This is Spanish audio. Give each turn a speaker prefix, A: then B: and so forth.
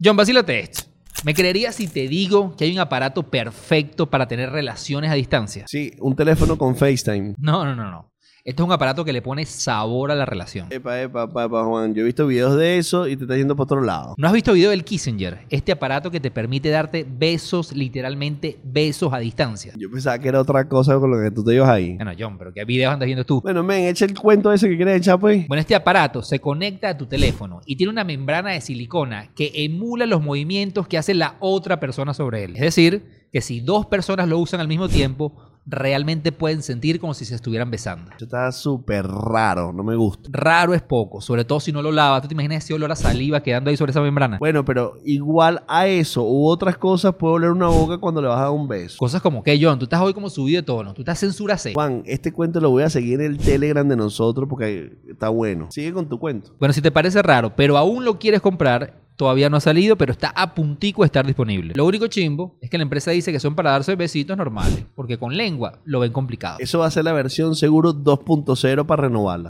A: John, vacílate esto. ¿Me creerías si te digo que hay un aparato perfecto para tener relaciones a distancia?
B: Sí, un teléfono con FaceTime.
A: No, no, no, no. Esto es un aparato que le pone sabor a la relación.
B: Epa, epa, epa, epa, Juan. Yo he visto videos de eso y te está yendo por otro lado.
A: ¿No has visto video del Kissinger? Este aparato que te permite darte besos, literalmente besos a distancia.
B: Yo pensaba que era otra cosa con lo que tú te ibas ahí.
A: Bueno, John, pero ¿qué videos andas viendo tú?
B: Bueno, men, echa el cuento ese que quieres echar, pues.
A: Bueno, este aparato se conecta a tu teléfono y tiene una membrana de silicona que emula los movimientos que hace la otra persona sobre él. Es decir, que si dos personas lo usan al mismo tiempo, realmente pueden sentir como si se estuvieran besando.
B: Eso está súper raro, no me gusta.
A: Raro es poco, sobre todo si no lo lavas. ¿Tú te imaginas ese olor a saliva quedando ahí sobre esa membrana?
B: Bueno, pero igual a eso u otras cosas puede oler una boca cuando le vas a dar un beso.
A: Cosas como que, John, tú estás hoy como subido de tono, tú estás censura C.
B: Juan, este cuento lo voy a seguir en el Telegram de nosotros porque está bueno. Sigue con tu cuento.
A: Bueno, si te parece raro, pero aún lo quieres comprar, todavía no ha salido, pero está a puntico de estar disponible. Lo único chimbo es que la empresa dice que son para darse besitos normales, porque con lengua lo ven complicado.
B: Eso va a ser la versión seguro 2.0 para renovarla.